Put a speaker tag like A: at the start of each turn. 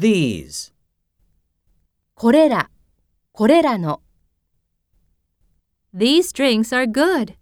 A: these,
B: これら、これらの。These drinks are good.